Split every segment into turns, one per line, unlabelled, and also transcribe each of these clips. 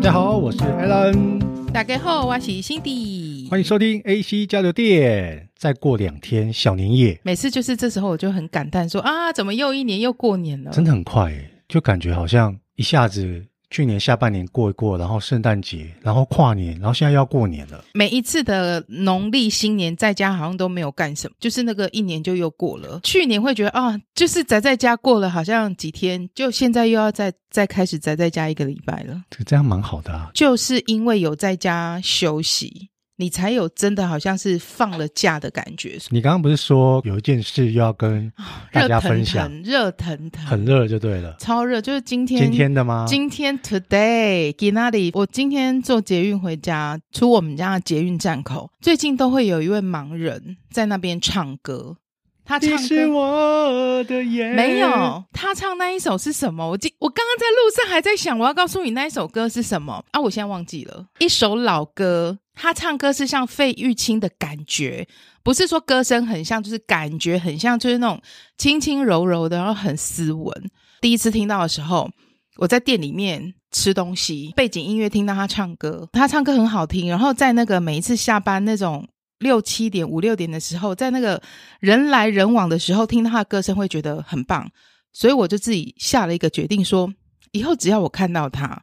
家好，我是 Alan，
大家好，我是 Cindy。
欢迎收听 AC 交流店。再过两天小年夜，
每次就是这时候，我就很感叹说啊，怎么又一年又过年了？
真的很快耶，就感觉好像一下子去年下半年过一过，然后圣诞节，然后跨年，然后现在又要过年了。
每一次的农历新年在家好像都没有干什么，就是那个一年就又过了。去年会觉得啊，就是宅在家过了好像几天，就现在又要再再开始宅在家一个礼拜了。
这这样蛮好的啊，
就是因为有在家休息，你才有真的好像是放了假的感觉，
你刚刚不是说有一件事又要跟
啊
大
热
家
腾
分享，
腾，热腾腾，
很热就对了。
超热，就是今天
今天的吗？
今天 today 给那里，我今天坐捷运回家，出我们家的捷运站口，最近都会有一位盲人在那边唱歌，他唱
你是
歌。
我的眼，
没有，他唱那一首是什么？我记，我刚刚在路上还在想，我要告诉你那一首歌是什么啊！我现在忘记了，一首老歌。他唱歌是像费玉清的感觉，不是说歌声很像，就是感觉很像，就是那种轻轻柔柔的，然后很斯文。第一次听到的时候，我在店里面吃东西，背景音乐听到他唱歌，他唱歌很好听。然后在那个每一次下班那种六七点、五六点的时候，在那个人来人往的时候，听到他的歌声会觉得很棒，所以我就自己下了一个决定说，以后只要我看到他，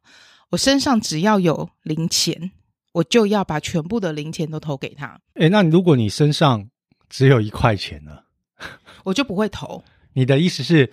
我身上只要有零钱，我就要把全部的零钱都投给他，
哎，那如果你身上只有一块钱呢？
我就不会投。
你的意思是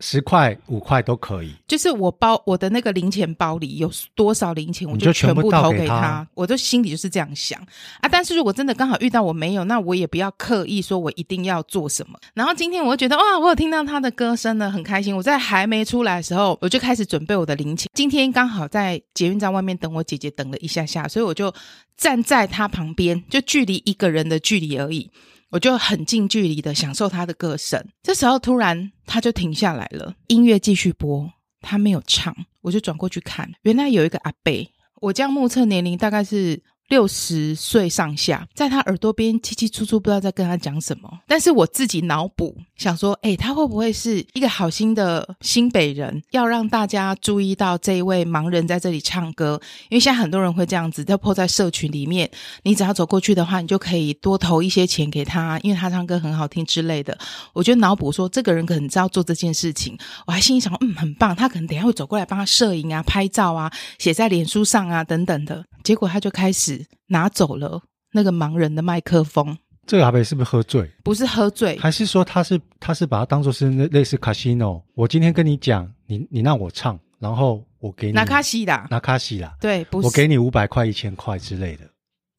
十块、五块都可以？
就是我包我的那个零钱包里有多少零钱，我
你就全
全
部
部
倒
投
给
给
他
他，我就心里就是这样想啊。但是如果真的刚好遇到我没有，那我也不要刻意说我一定要做什么。然后今天我就觉得哇，我有听到他的歌声了，很开心。我在还没出来的时候，我就开始准备我的零钱。今天刚好在捷运站外面等我姐姐，等了一下下，所以我就站在她旁边，就距离一个人的距离而已。我就很近距离的享受他的歌声。这时候突然他就停下来了，音乐继续播，他没有唱，我就转过去看，原来有一个阿贝，我这样目测年龄大概是。六十岁上下，在他耳朵边叽叽出出，不知道在跟他讲什么。但是我自己脑补想说，哎、他会不会是一个好心的新北人，要让大家注意到这一位盲人在这里唱歌？因为现在很多人会这样子，都 po 在社群里面，你只要走过去的话，你就可以多投一些钱给他，因为他唱歌很好听之类的。我就脑补说，这个人可能知道做这件事情，我还心里想，嗯，很棒，他可能等一下会走过来帮他摄影啊、拍照啊、写在脸书上啊等等的。结果他就开始拿走了那个盲人的麦克风，
这个阿北是不是喝醉？
不是喝醉，
还是说他是他是把它当做是类类似 casino？我今天跟你讲，你你让我唱，然后我给你
拿卡西啦，
拿卡西啦，
对，不
嗯
是
我给你五百块、一千块之类的。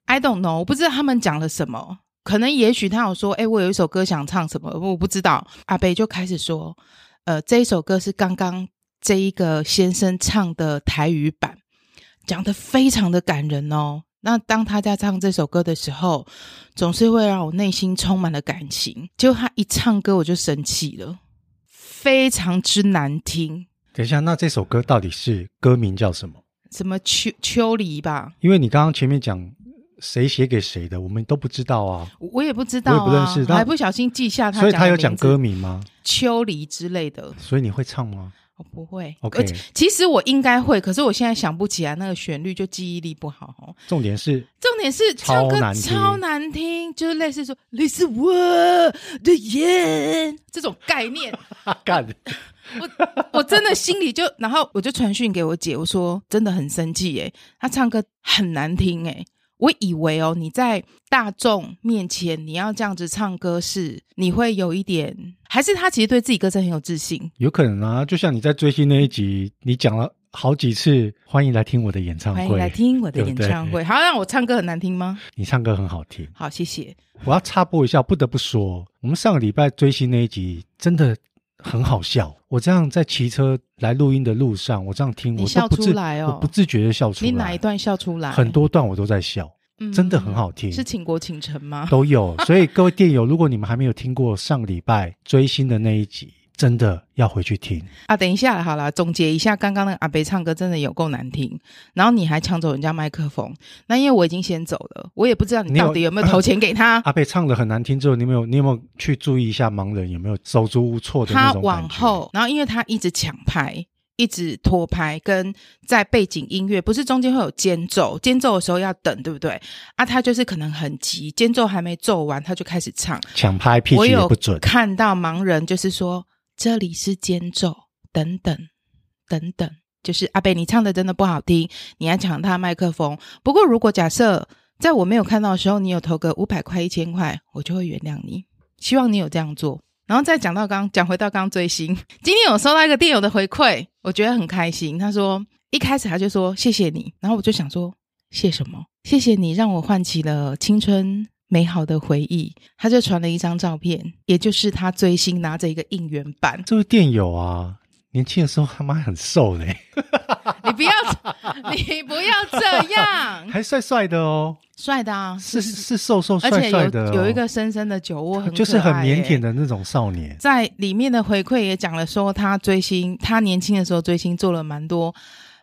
I don't know，我不知道他们讲了什么。可能也许他有说，哎、我有一首歌想唱什么，我不知道。阿北就开始说，呃，这一首歌是刚刚这一个先生唱的台语版，讲的非常的感人哦。那当他在唱这首歌的时候，总是会让我内心充满了感情。结果他一唱歌，我就生气了，非常之难听，
等一下，那这首歌到底是歌名叫什么？
什么秋秋梨吧，
因为你刚刚前面讲谁写给谁的，我们都不知道啊，
我我也不知道、啊，
我也不认识
我还不小心记下他
所以
的
他有讲
名字
歌名吗？
秋梨之类的，
所以你会唱吗？
我不会。
哦 OK
而且其实我应该会，可是我现在想不起来那个旋律，就记忆力不好哦。
重点是
重点是唱歌
超难听
超难听，就是类似说“你是我的眼”这种 概念，
啊，干，
我真的心里就，然后我就传讯给我姐，我说真的很生气耶、她唱歌很难听耶、我以为哦，你在大众面前你要这样子唱歌是你会有一点，还是她其实对自己歌声很有自信？
有可能啊，就像你在追星那一集，你讲了好几次，欢迎来听我的演唱
欢迎
会，
来听我的
对不
演
对
唱会。好，让我唱歌很难听吗？
你唱歌很好听。
好，谢谢。
我要插播一下，不得不说，我们上个礼拜追星那一集真的很好笑。我这样在骑车来录音的路上，我这样听，
你
我
笑
都不自
出来哦
我不自觉的笑出来。
你哪一段笑出来？
很多段我都在笑，
嗯，
真的很好听，
是倾国倾城吗？
都有。所以各位电友，如果你们还没有听过上个礼拜追星的那一集，真的要回去听。
啊，等一下啦，好啦，总结一下，刚刚那个阿北唱歌真的有够难听，然后你还抢走人家麦克风，那因为我已经先走了，我也不知道你
你有啊
到底有没有投钱给 他。
阿贝唱的很难听之后，你有没有你有没有去注意一下盲人有没有手足无措的那
他
种感觉？
往后，然后因为他一直抢拍，一直拖拍，跟在背景音乐不是中间会有间奏，间奏的时候要等，对不对？啊，他就是可能很急，间奏还没奏完，他就开始唱。
抢拍 pitch
我
也
有
不准，
看到盲人就是说这里是间奏，等等等等，就是阿贝你唱的真的不好听，你还抢他麦克风。不过如果假设在我没有看到的时候，你有投个五百块、一千块，我就会原谅你。希望你有这样做。然后再讲到刚讲回到刚追星，今天有收到一个店友的回馈，我觉得很开心。他说一开始他就说谢谢你，然后我就想说谢什么？谢谢你让我唤起了青春美好的回忆。他就传了一张照片，也就是他追星拿着一个应援板。
这位店友啊，年轻的时候他妈很瘦嘞，
你不要， 你不要 这样，
还帅帅的哦，
帅的啊，
是是瘦瘦
而且
帅帅的哦、
有有一个深深的酒窝，很
就是
可
很腼
爱耶
腆的那种少年。
在里面的回馈也讲了说，他追星，他年轻的时候追星做了蛮多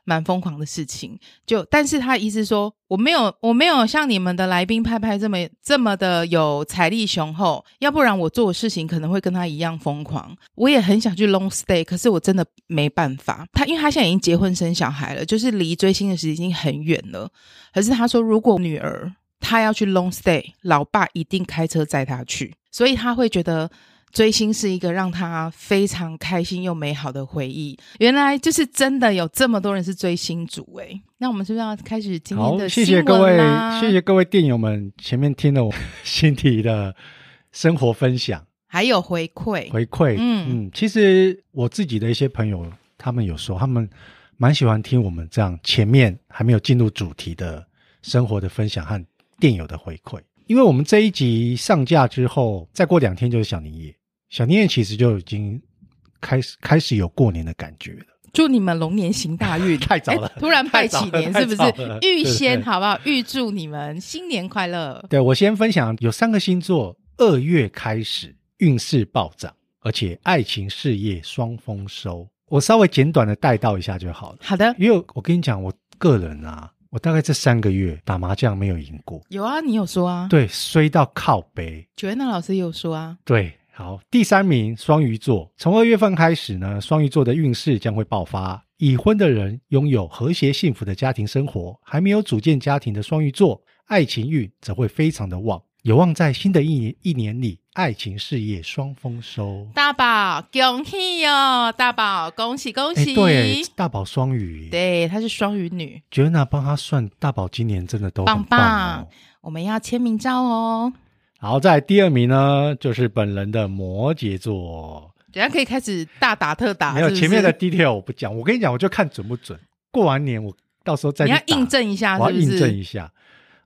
蛮疯狂的事情。就，但是他意思说，我没有，我没有像你们的来宾派派这么这么的有财力雄厚，要不然我做的事情可能会跟他一样疯狂。我也很想去 long stay，可是我真的没办法。他因为他现在已经结婚生小孩了，就是离追星的时间已经很远了。可是他说，如果女儿她要去 long stay，老爸一定开车载她去，所以他会觉得追星是一个让他非常开心又美好的回忆。原来就是真的有这么多人是追星族诶、那我们是不是要开始今天
好，
的
谢
新
谢
闻啊
各位
啦，
谢谢各位店友们，前面听了我 新提的生活分享
还有回馈，
回馈，
嗯
嗯其实我自己的一些朋友，他们有说他们蛮喜欢听我们这样前面还没有进入主题的生活的分享和店友的回馈，因为我们这一集上架之后，再过两天就是小年夜，小年夜其实就已经开始开始有过年的感觉了，
祝你们龙年行大运。
太早了
诶突然拜
太早
起
了
年
太
是不是
早了？
预
对
先
对
好不好？预祝你们新年快乐。
对我先分享，有三个星座二月开始运势暴涨，而且爱情事业双丰收。我稍微简短的带到一下就好了，
好的，
因为我跟你讲，我个人啊，我大概这三个月打麻将没有赢过，
有啊，你有说啊，
对，衰到靠北。
九月娜老师也有说啊，
对，好，第三名双鱼座，从二月份开始呢，双鱼座的运势将会爆发。已婚的人拥有和谐幸福的家庭生活，还没有组建家庭的双鱼座，爱情运则会非常的旺，有望在新的一年一年里，爱情事业双丰收。
大宝恭喜哟、大宝恭喜恭喜，
哎对，大宝双鱼，
对她是双鱼女，
觉得那帮他算，大宝今年真的都很
棒
棒、哦、
棒我们要签名照哦，
然后在第二名呢，就是本人的摩羯座。
等下可以开始大打特打，
没有
啊是不是
前面的 detail 我不讲，我跟你讲，我就看准不准。过完年我到时候再
你
去
要
打
印，证一下，
我
是
要
不是？
印证一下。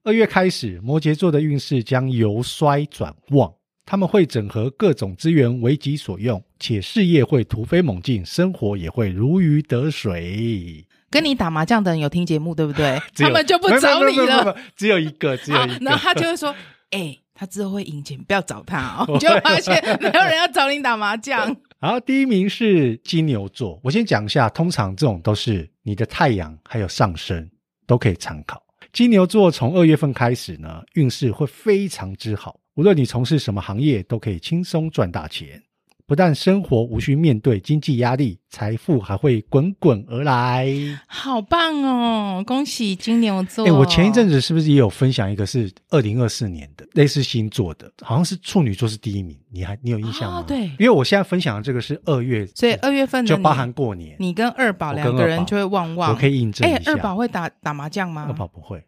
二月开始，摩羯座的运势将由衰转旺，他们会整合各种资源为己所用，且事业会突飞猛进，生活也会如鱼得水。
跟你打麻将的人有听节目对不对？
只有
他们就不找
没
你
有没有没有没有没
了，
有只有一个，只有
好
一，
然后
个。
他就会说，哎、他之后会赢钱，不要找他 哦。你就发现没有人要找你打麻将，
好，第一名是金牛座。我先讲一下，通常这种都是你的太阳还有上升都可以参考。金牛座从二月份开始呢，运势会非常之好，无论你从事什么行业，都可以轻松赚大钱。不但生活无需面对经济压力，财富还会滚滚而来。
好棒哦！恭喜金牛座。
哎、我前一阵子是不是也有分享一个是二零二四年的类似星座的，好像是处女座是第一名，你还你有印象吗？
哦对
因为我现在分享的这个是二月，
所以二月份的
就
你
包含过年。
你跟二宝
我跟
两个
二
人
宝
就会旺旺。
我可以印证
哎、
一下。
二宝会打打麻将吗？
二宝不会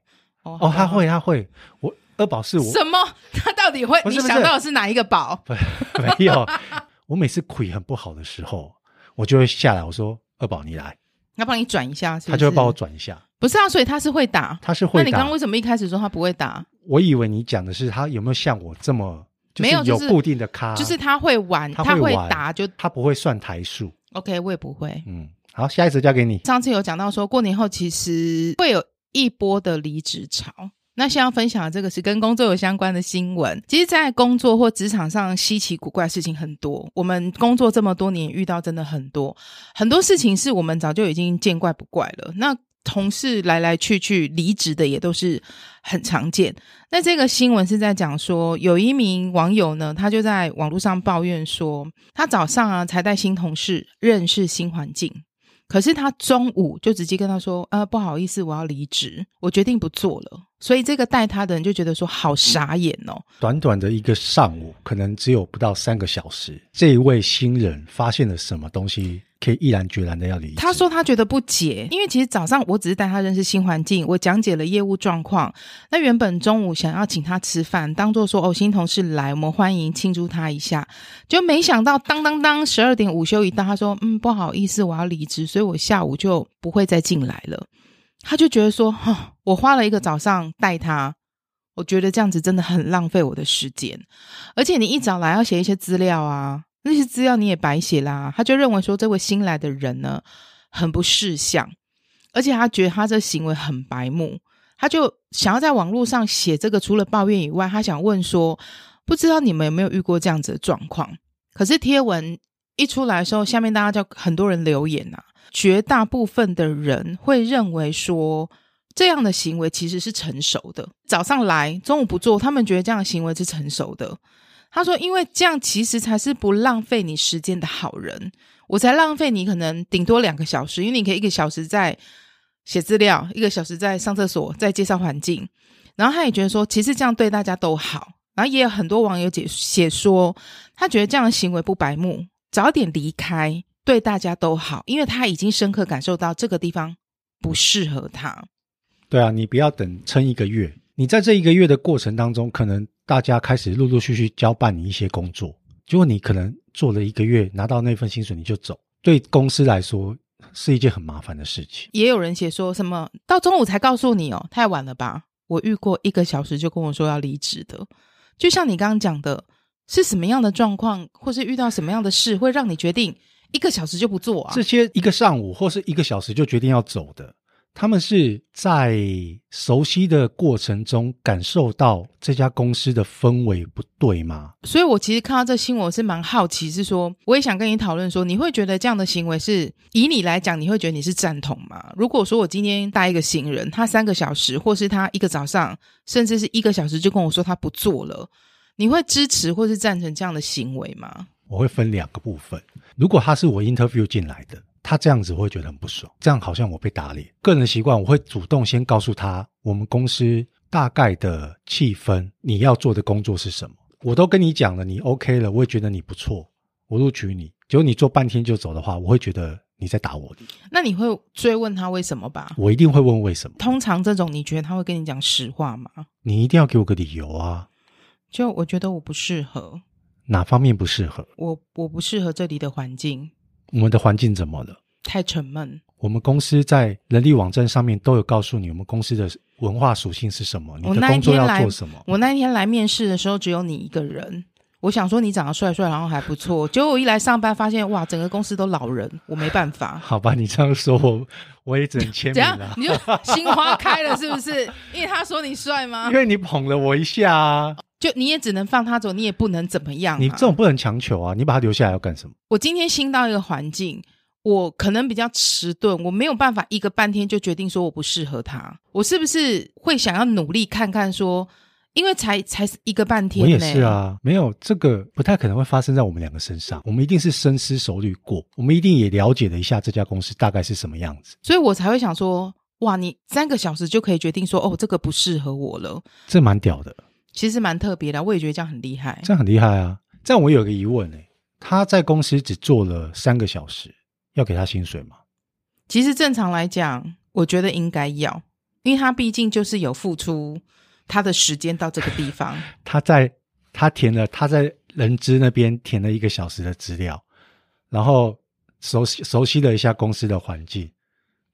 哦
哦，他会他会，我二宝是我
什么？ 他到底会？
不是
你
不
想
是
到的是哪一个宝？
不没有，我每次腿很不好的时候，我就会下来，我说二宝你来，
他帮你转一下，是不是
他就会帮我。转一下，
不是啊，所以他是会打。
他是
那
会
你刚
打
刚。为什么一开始说他不会打？
我以为你讲的是他有没有像我这么，就
没有
是
就
有
是
固定的咖，
就是他会玩，
啊他
他
会
会
玩
打就
他不会算台数。
OK。我也不会。
嗯，好，下一次交给你。
上次有讲到说，过年后其实会有一波的离职潮。那现在要分享的这个是跟工作有相关的新闻。其实，在工作或职场上，稀奇古怪的事情很多。我们工作这么多年，遇到真的很多很多事情，是我们早就已经见怪不怪了。那同事来来去去离职的也都是很常见。那这个新闻是在讲说，有一名网友呢，他就在网络上抱怨说，他早上啊才带新同事认识新环境，可是他中午就直接跟他说：“呃，不好意思，我要离职，我决定不做了。”所以这个带他的人就觉得说好傻眼哦，
短短的一个上午，可能只有不到三个小时，这一位新人发现了什么东西，可以毅然决然的要离职。
他说他觉得不解，因为其实早上我只是带他认识新环境，我讲解了业务状况。那原本中午想要请他吃饭，当做说哦新同事来，我们欢迎庆祝他一下，就没想到当当当十二点午休一到，他说嗯不好意思，我要离职，所以我下午就不会再进来了。他就觉得说，哈、我花了一个早上带他，我觉得这样子真的很浪费我的时间。而且你一早来要写一些资料啊，那些资料你也白写啦。他就认为说这位新来的人呢很不识相，而且他觉得他这行为很白目，他就想要在网络上写这个，除了抱怨以外，他想问说，不知道你们有没有遇过这样子的状况？可是贴文一出来的时候，下面大家就很多人留言啊，绝大部分的人会认为说。这样的行为其实是成熟的。早上来，中午不做，他们觉得这样的行为是成熟的。他说：“因为这样其实才是不浪费你时间的好人，我才浪费你可能顶多两个小时，因为你可以一个小时在写资料，一个小时在上厕所，在介绍环境。然后他也觉得说，其实这样对大家都好。然后也有很多网友解写说，他觉得这样的行为不白目，早点离开对大家都好，因为他已经深刻感受到这个地方不适合他。
对啊，你不要等撑一个月，你在这一个月的过程当中，可能大家开始陆陆续续交办你一些工作，结果你可能做了一个月，拿到那份薪水你就走，对公司来说是一件很麻烦的事情。
也有人写说什么到中午才告诉你哦，太晚了吧？我遇过一个小时就跟我说要离职的，就像你刚刚讲的，是什么样的状况，或是遇到什么样的事，会让你决定一个小时就不做啊
这？些一个上午或是一个小时就决定要走的，他们是在熟悉的过程中感受到这家公司的氛围不对吗？
所以我其实看到这新闻我是蛮好奇，是说我也想跟你讨论说，你会觉得这样的行为是以你来讲，你会觉得你是赞同吗？如果说我今天带一个行人，他三个小时，或是他一个早上，甚至是一个小时就跟我说他不做了，你会支持或是赞成这样的行为吗？
我会分两个部分。如果他是我 interview 进来的，他这样子我会觉得很不爽，这样好像我被打脸。个人习惯，我会主动先告诉他我们公司大概的气氛，你要做的工作是什么。我都跟你讲了，你 OK 了，我也觉得你不错，我录取你。结果你做半天就走的话，我会觉得你在打我脸，
那你会追问他为什么吧？
我一定会问为什么。
通常这种，你觉得他会跟你讲实话吗？
你一定要给我个理由啊，
就我觉得我不适合，
哪方面不适合？
我我不适合这里的环境，
我们的环境怎么了？
太沉闷。
我们公司在人力网站上面都有告诉你，我们公司的文化属性是什么，你
我
的
那一
工作
天
要
来
做什么。
我那一天来面试的时候，只有你一个人。我想说你长得帅帅，然后还不错。结果我一来上班，发现哇，整个公司都老人，我没办法。
好吧，你这样说我，我也只能签名
怎样
了？，
你就心花开了是不是？因为他说你帅吗
因？为你捧了我一下 啊，
就你也只能放他走，你也不能怎么样、啊。
你这种不能强求啊，你把他留下来要干什么？
我今天新到一个环境，我可能比较迟钝，我没有办法一个半天就决定说我不适合他。我是不是会想要努力看看说，因为才才一个半天、
我
呢？
也是。啊，没有这个不太可能会发生在我们两个身上，我们一定是深思熟虑过，我们一定也了解了一下这家公司大概是什么样子，
所以我才会想说，哇，你三个小时就可以决定说，哦，这个不适合我了，
这蛮屌的，
其实蛮特别的，啊我也觉得这样很厉害。
这样很厉害啊。这样我有个疑问哎、他在公司只做了三个小时，要给他薪水吗？
其实正常来讲，我觉得应该要，因为他毕竟就是有付出他的时间到这个地方。
他在他填了他在人资那边填了一个小时的资料，然后熟悉熟悉了一下公司的环境，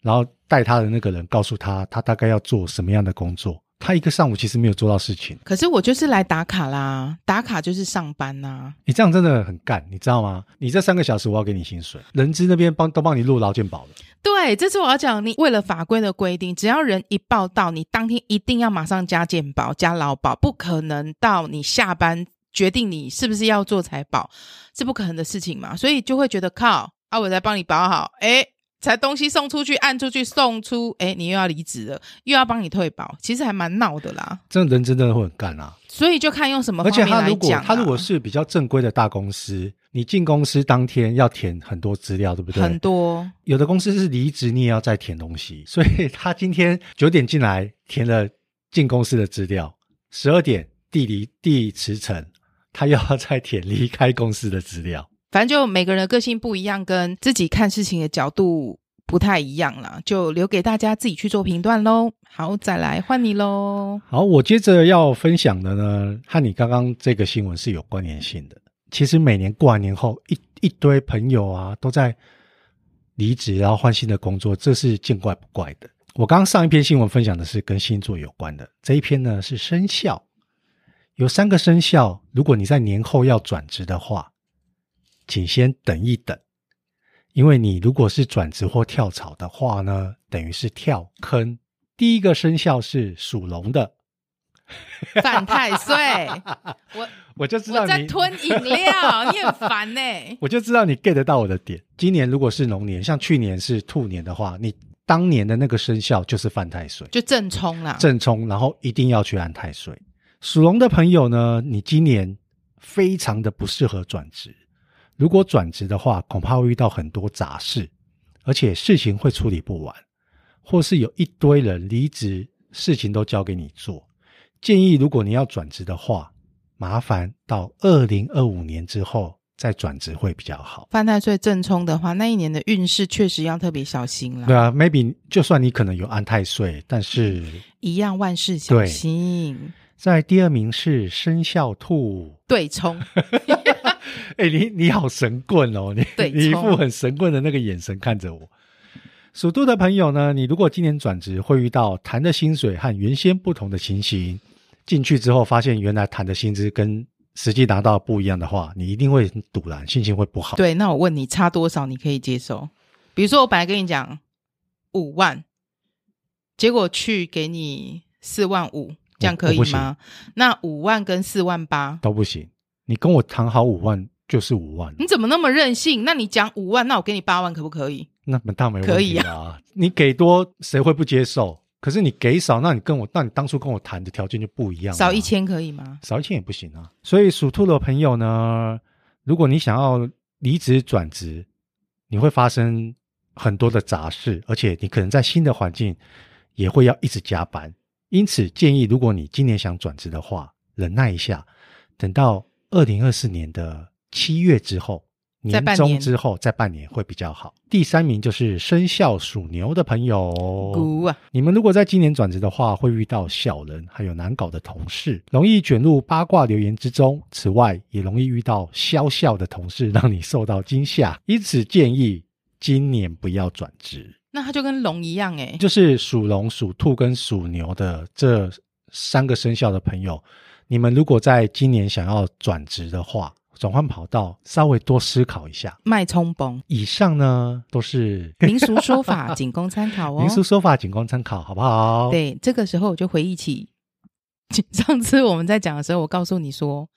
然后带他的那个人告诉他他大概要做什么样的工作。他一个上午其实没有做到事情，
可是我就是来打卡啦，打卡就是上班啊啦。
你这样真的很干，你知道吗？你这三个小时我要给你薪水，人资那边帮都帮你录劳健保了。
对，这是我要讲，你为了法规的规定，只要人一报到，你当天一定要马上加健保、加劳保，不可能到你下班决定你是不是要做才保，是不可能的事情嘛。所以就会觉得靠啊，我才帮你保好，诶，才东西送出去、按出去、哎送出，诶，你又要离职了，又要帮你退保，其实还蛮闹的啦。
这人真的会很干啊！
所以就看用什么
而
方
且
面
他
来
如果
讲啊、
他如果是比较正规的大公司，你进公司当天要填很多资料，对不对？
很多，
有的公司是离职，你也要再填东西， 所以他今天九点进来填了进公司的资料，十二点地离地辞呈，他又要再填离开公司的资料。
反正就每个人的个性不一样，跟自己看事情的角度不太一样啦，就留给大家自己去做评断喽。好，再来换你喽。
好，我接着要分享的呢，和你刚刚这个新闻是有关联性的。其实每年过完年后，一一堆朋友啊都在离职，然后换新的工作，这是见怪不怪的。我刚刚上一篇新闻分享的是跟星座有关的，这一篇呢是生肖，有三个生肖，如果你在年后要转职的话，请先等一等，因为你如果是转职或跳槽的话呢，等于是跳坑。第一个生肖是属龙的，
犯太岁，我
我就知道
我在
你，
吞饮料，你很烦呢、
我就知道你 get 到我的点。今年如果是龙年，像去年是兔年的话，你当年的那个生肖就是犯太岁，
就正冲啦，
啊正冲，然后一定要去安太岁。属龙的朋友呢，你今年非常的不适合转职。如果转职的话，恐怕会遇到很多杂事，而且事情会处理不完，或是有一堆人离职，事情都交给你做。建议如果你要转职的话，麻烦到二零二五年之后再转职会比较好。
犯太岁正冲的话，那一年的运势确实要特别小心啦。
对啊，maybe 就算你可能有安太岁，但是
一样万事小心，
在第二名是生肖兔。
对冲，
哎、你你好神棍哦，你
对
你一副
冲
很神棍的那个眼神看着我。属兔的朋友呢，你如果今年转职，会遇到谈的薪水和原先不同的情形。进去之后发现原来谈的薪资跟实际拿到不一样的话，你一定会很堵然，心情会不好。
对。那我问你，差多少你可以接受？比如说，我本来跟你讲五万，结果去给你四万五，这样可
我
以
不行
吗？那五万跟四万八，
都不行。你跟我谈好五万就是五万，
你怎么那么任性？那你讲五万，那我给你八万，可不可以？
那么当然没问
可
题
以
啊。你给多谁会不接受？可是你给少，那你跟我，那你当初跟我谈的条件就不一样、
少一。千可以吗？
少一千也不行啊。所以属兔的朋友呢，如果你想要离职转职，你会发生很多的杂事，而且你可能在新的环境也会要一直加班。因此，建议如果你今年想转职的话，忍耐一下，等到二零二四年的七月之后，
再
年
半
中
年
之后再半年会比较好。第三名就是生肖属牛的朋友，
不啊，
你们如果在今年转职的话，会遇到小人，还有难搞的同事，容易卷入八卦流言之中。此外，也容易遇到肖笑的同事，让你受到惊吓。因此，建议今年不要转职。
那它就跟龙一样哎、
就是属龙、属兔跟属牛的这三个生肖的朋友，你们如果在今年想要转职的话，转换跑道，稍微多思考一下。
脉冲 崩。
以上呢都是
民俗说法仅供参考哦。
民俗说法，仅供参考，好不好？
对，这个时候我就回忆起 上次我们在讲的时候，我告诉你说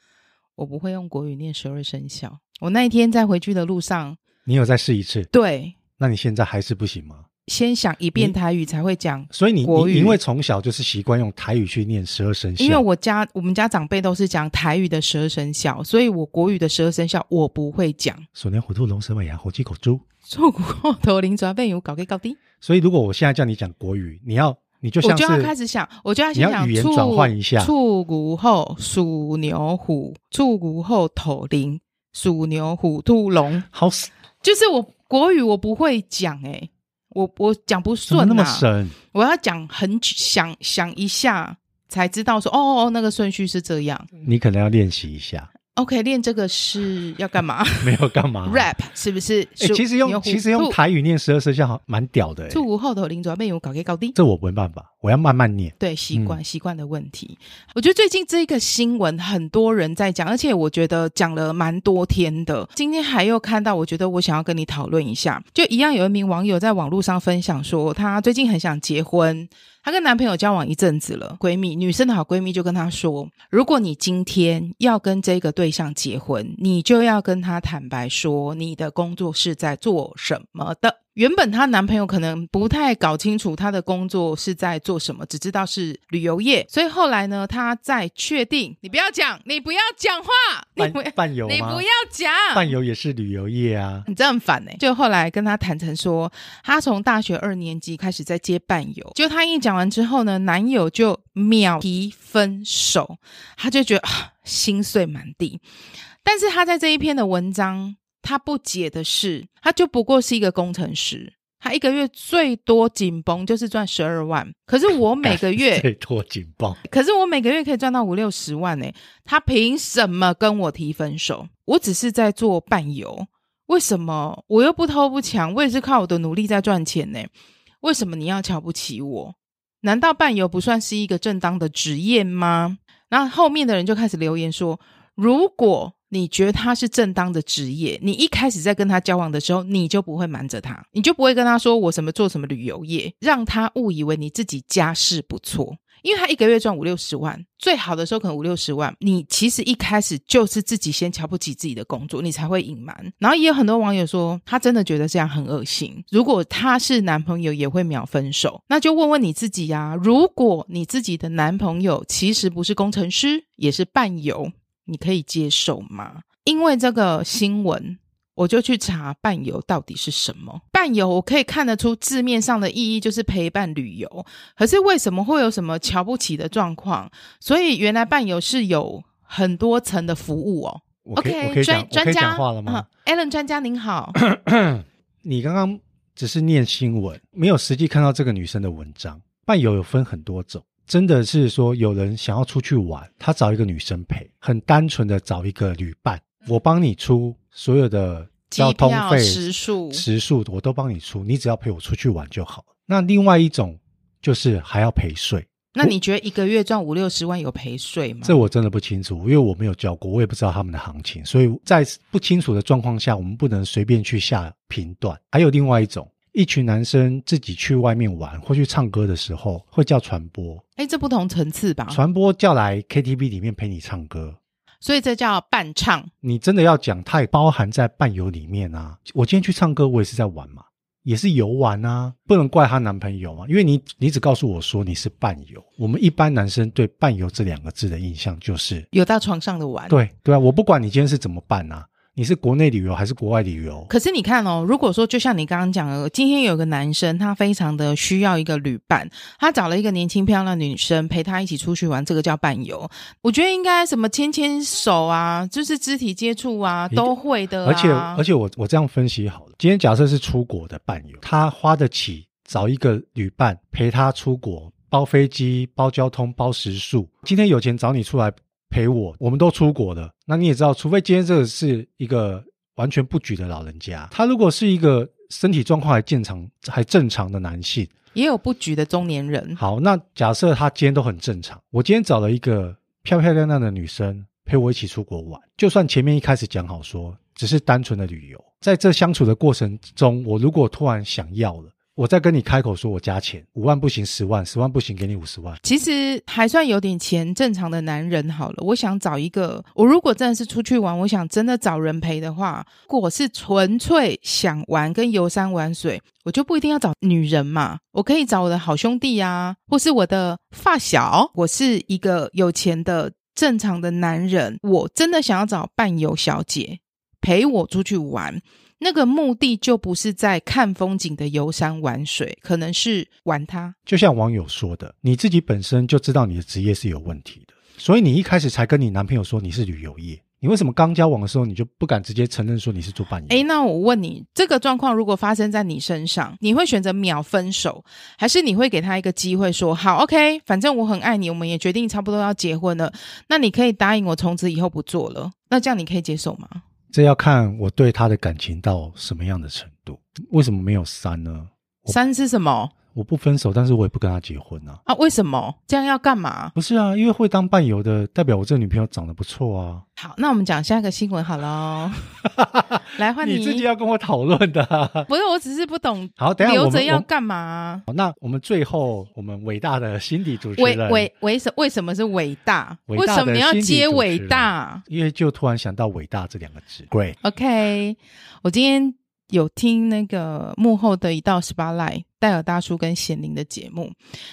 我不会用国语念十二生肖。我那一天在回去的路上，
你有再试一次？
对，
那你现在还是不行吗？
先想一遍
你
台语才会讲，
所以你
国
你
语
因为从小就是习惯用台语去念十二生肖，
因为我家我们家长辈都是讲台语的十二生肖，所以我国语的十二生肖我不会讲。
鼠牛、虎、兔、龙、蛇、马、羊、猴、鸡、狗、猪。
错过头零主要被有搞给搞低，
所以如果我现在叫你讲国语，你要你就
我
像
就要开
是
始想，我就要
你
先
要
想
语言
兔
转换一下
兔骨后属牛虎，兔骨后头零属牛虎兔龙。
好死
就是我国语我不会讲哎、我我讲不
怎么
顺、啊，
那么神？
我要讲很久想想一下才知道说哦哦那个顺序是这样。
你可能要练习一 下，
OK，练这个是要干嘛、
没有干嘛
r a p 是不是？
哎、
属
啊其实
牛
用
虎
其实用
兔
台语念十二生肖好蛮屌的、
兔
欸，
无后头零左被我搞给搞定。
这我没办法，我要慢慢念。
对习惯习惯的问题，我觉得最近这个新闻很多人在讲，而且我觉得讲了蛮多天的。今天还又看到，我觉得我想要跟你讨论一下，就一样有一名网友在网络上分享说，她最近很想结婚，她跟男朋友交往一阵子了，闺蜜女生的好闺蜜就跟她说，如果你今天要跟这个对象结婚，你就要跟他坦白说你的工作是在做什么的。原本她男朋友可能不太搞清楚她的工作是在做什么，只知道是旅游业，所以后来呢，她在确定，你不要讲，你不要讲话，你
伴
不要，
伴游
你
吗
不要？讲，
伴游也是旅游业啊，
你真的很烦哎、就后来跟他坦诚说，他从大学二年级开始在接伴游，结果他一讲完之后呢，男友就秒提分手，他就觉得、啊、心碎满地。但是他在这一篇的文章，他不解的是，他就不过是一个工程师。他一个月最多紧绷就是赚十二万，可是我每个月，
最多警报。
可是我每个月可以赚到五六十万呢、他凭什么跟我提分手？我只是在做伴游，为什么我又不偷不抢？我也是靠我的努力在赚钱呢、为什么你要瞧不起我？难道伴游不算是一个正当的职业吗？然后后面的人就开始留言说，如果你觉得他是正当的职业，你一开始在跟他交往的时候，你就不会瞒着他，你就不会跟他说我什么做什么旅游业，让他误以为你自己家世不错。因为他一个月赚五六十万，最好的时候可能五六十万。你其实一开始就是自己先瞧不起自己的工作，你才会隐瞒。然后也有很多网友说，他真的觉得这样很恶心。如果他是男朋友，也会秒分手。那就问问你自己呀、如果你自己的男朋友其实不是工程师，也是伴游，你可以接受吗？因为这个新闻，我就去查伴游到底是什么。伴游我可以看得出字面上的意义就是陪伴旅游，可是为什么会有什么瞧不起的状况？所以原来伴游是有很多层的服务哦。
我可以我可
OK，
以讲我
专
可
专
以
家嗯
讲话了吗？
a l l n 专家 您好，
你刚刚只是念新闻，没有实际看到这个女生的文章。伴游有分很多种，真的是说有人想要出去玩，他找一个女生陪，很单纯的找一个旅伴，我帮你出所有的
嗯机
交通
票
费、
食宿
食宿我都帮你出，你只要陪我出去玩就好。那另外一种就是还要陪睡，
那你觉得一个月赚五六十万有陪睡吗？
这我真的不清楚，因为我没有教过，我也不知道他们的行情，所以在不清楚的状况下，我们不能随便去下评断。还有另外一种，一群男生自己去外面玩或去唱歌的时候，会叫传播，
哎，这不同层次吧？
传播叫来 KTV 里面陪你唱歌。
所以这叫伴唱。
你真的要讲，它也包含在伴游里面啊。我今天去唱歌，我也是在玩嘛，也是游玩啊，不能怪她男朋友嘛，因为你你只告诉我说你是伴游，我们一般男生对伴游这两个字的印象就是
有到床上的玩，
对对啊，我不管你今天是怎么办啊，你是国内旅游还是国外旅游，
可是你看哦，如果说就像你刚刚讲的，今天有个男生他非常的需要一个旅伴，他找了一个年轻漂亮的女生陪他一起出去玩，这个叫伴游。我觉得应该什么牵牵手啊，就是肢体接触啊，
你
都会的、啊。
而且而且我我这样分析好了，今天假设是出国的伴游，他花得起找一个旅伴陪他出国，包飞机、包交通、包食宿，今天有钱找你出来陪我，我们都出国了，那你也知道，除非今天这个是一个完全不举的老人家，他如果是一个身体状况还正常还正常的男性，
也有不举的中年人，
好，那假设他今天都很正常，我今天找了一个漂漂亮亮的女生陪我一起出国玩，就算前面一开始讲好说只是单纯的旅游，在这相处的过程中，我如果突然想要了，我再跟你开口说我加钱，五万不行，十万，十万不行，给你五十万，
其实还算有点钱，正常的男人好了。我想找一个，我如果真的是出去玩，我想真的找人陪的话，如果我是纯粹想玩跟游山玩水，我就不一定要找女人嘛，我可以找我的好兄弟啊，或是我的发小。我是一个有钱的正常的男人，我真的想要找伴游小姐陪我出去玩。那个目的就不是在看风景的游山玩水，可能是玩他
就像网友说的，你自己本身就知道你的职业是有问题的，所以你一开始才跟你男朋友说你是旅游业，你为什么刚交往的时候你就不敢直接承认说你是做伴游？
诶，那我问你，这个状况如果发生在你身上，你会选择秒分手，还是你会给他一个机会说好，OK，反正我很爱你，我们也决定差不多要结婚了，那你可以答应我从此以后不做了，那这样你可以接受吗？
这要看我对他的感情到什么样的程度。为什么没有删呢？我
三是什么
我不分手，但是我也不跟他结婚啊。
啊？为什么这样要干嘛？
不是啊，因为会当伴游的，代表我这女朋友长得不错啊。
好，那我们讲下一个新闻好 喽，来换
你自己要跟我讨论的啊、
不是，我只是不懂
好，等一下
留
我
着
们
要
我
干嘛？
好那我们最后我们伟大的心理主持
伟
人，
伟为什为什么是伟大？
伟
为
大
什么
的
要
心理
接
主
伟
持人
大？
因为就突然想到伟大这两个字。Great，
OK，我今天有听那个幕后的一道十八赖戴尔大叔跟贤玲的节目，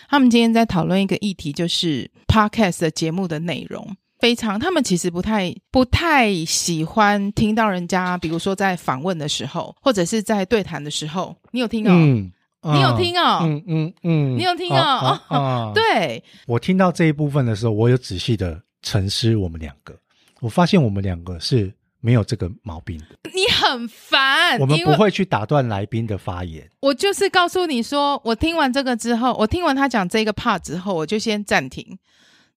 他们今天在讨论一个议题，就是 podcast 的节目的内容。非常，他们其实不太不太喜欢听到人家，比如说在访问的时候，或者是在对谈的时候，你有听哦？
嗯，
你有听哦
嗯嗯嗯，
你有听哦
啊啊啊
对，
我听到这一部分的时候，我有仔细的沉思我们两个，我发现我们两个是没有这个毛病的，
你很烦，
我们
呃因
不
为
会去打断来宾的发言。
我就是告诉你说，我听完这个之后，我听完他讲这个 part 之后，我就先暂停，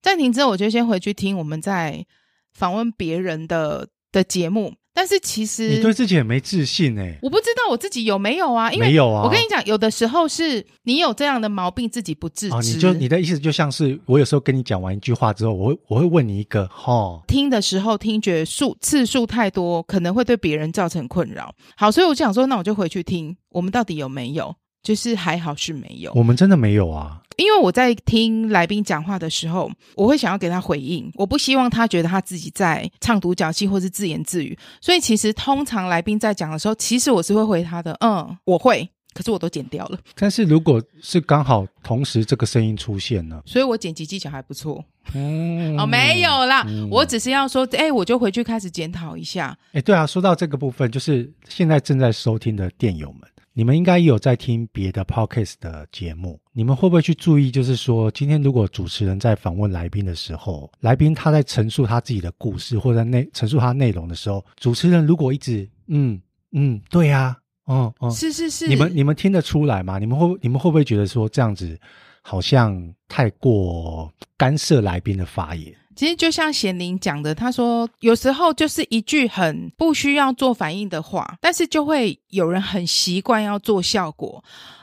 暂停之后我就先回去听我们在访问别人的的节目。但是其实
你对自己很没自信哎、
我不知道我自己有没有啊，因为
没有啊
我跟你讲，有的时候是你有这样的毛病，自己不自知。
啊，你就你的意思就像是我有时候跟你讲完一句话之后，我会我会问你一个哈、哦
听的时候听觉数次数太多，可能会对别人造成困扰。好，所以我就想说，那我就回去听，我们到底有没有？就是还好是没有，
我们真的没有啊，
因为我在听来宾讲话的时候，我会想要给他回应，我不希望他觉得他自己在唱独角戏或是自言自语。所以其实通常来宾在讲的时候，其实我是会回他的，嗯，我会，可是我都剪掉了，
但是如果是刚好同时这个声音出现呢，
所以我剪辑技巧还不错。
嗯
哦，没有啦，
嗯
我只是要说，哎、我就回去开始检讨一下。
哎，对啊，说到这个部分，就是现在正在收听的电友们，你们应该也有在听别的 podcast 的节目，你们会不会去注意？就是说，今天如果主持人在访问来宾的时候，来宾他在陈述他自己的故事或者内陈述他内容的时候，主持人如果一直嗯嗯，对呀、哦哦，
是是是，
你们你们听得出来吗？你们会你们会不会觉得说这样子好像太过干涉来宾的发言？
其实就像贤玲讲的，她说有时候就是一句很不需要做反应的话，但是就会有人很习惯要做效果。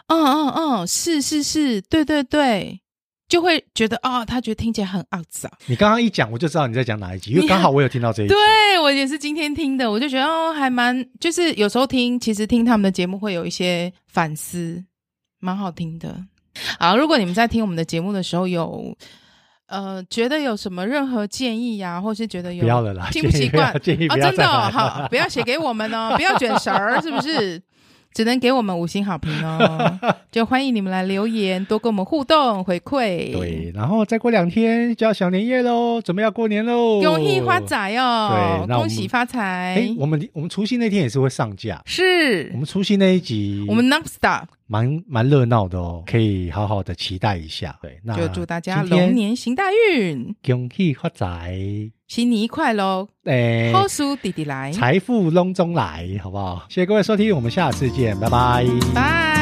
嗯嗯嗯，是是是，对对对，就会觉得哦，他觉得听起来很肮脏。
你刚刚一讲，我就知道你在讲哪一集，因为
你
刚好我有听到这一集。
对我也是今天听的，我就觉得哦，还蛮就是有时候听，其实听他们的节目会有一些反思，蛮好听的。好，如果你们在听我们的节目的时候有。呃，觉得有什么任何建议呀、或是觉得有
不要了啦，
听不习惯
建议
哦，
不要建议不要
真
再
的、哦、
来了
好，不要写给我 们哦，不要卷舌儿，是不是？只能给我们五星好评 哦，就欢迎你们来留言，多跟我们互动回馈。
对，，然后再过两天就要小年夜喽，准备要过年喽，
恭喜发！财哦
对，那我
恭
们
喜发财
哎，。我们我们除夕那天也是会上架，
是
我们除夕那一集，
我们 Nubstar
蛮蛮热闹的哦，可以好好的期待一下。对，那
就祝大家
今天
龙年行大运，
恭喜发财，
新年快乐，
哎，
好书弟弟来，
财富隆中来，好不好？谢谢各位收听，我们下次见，拜拜。
拜。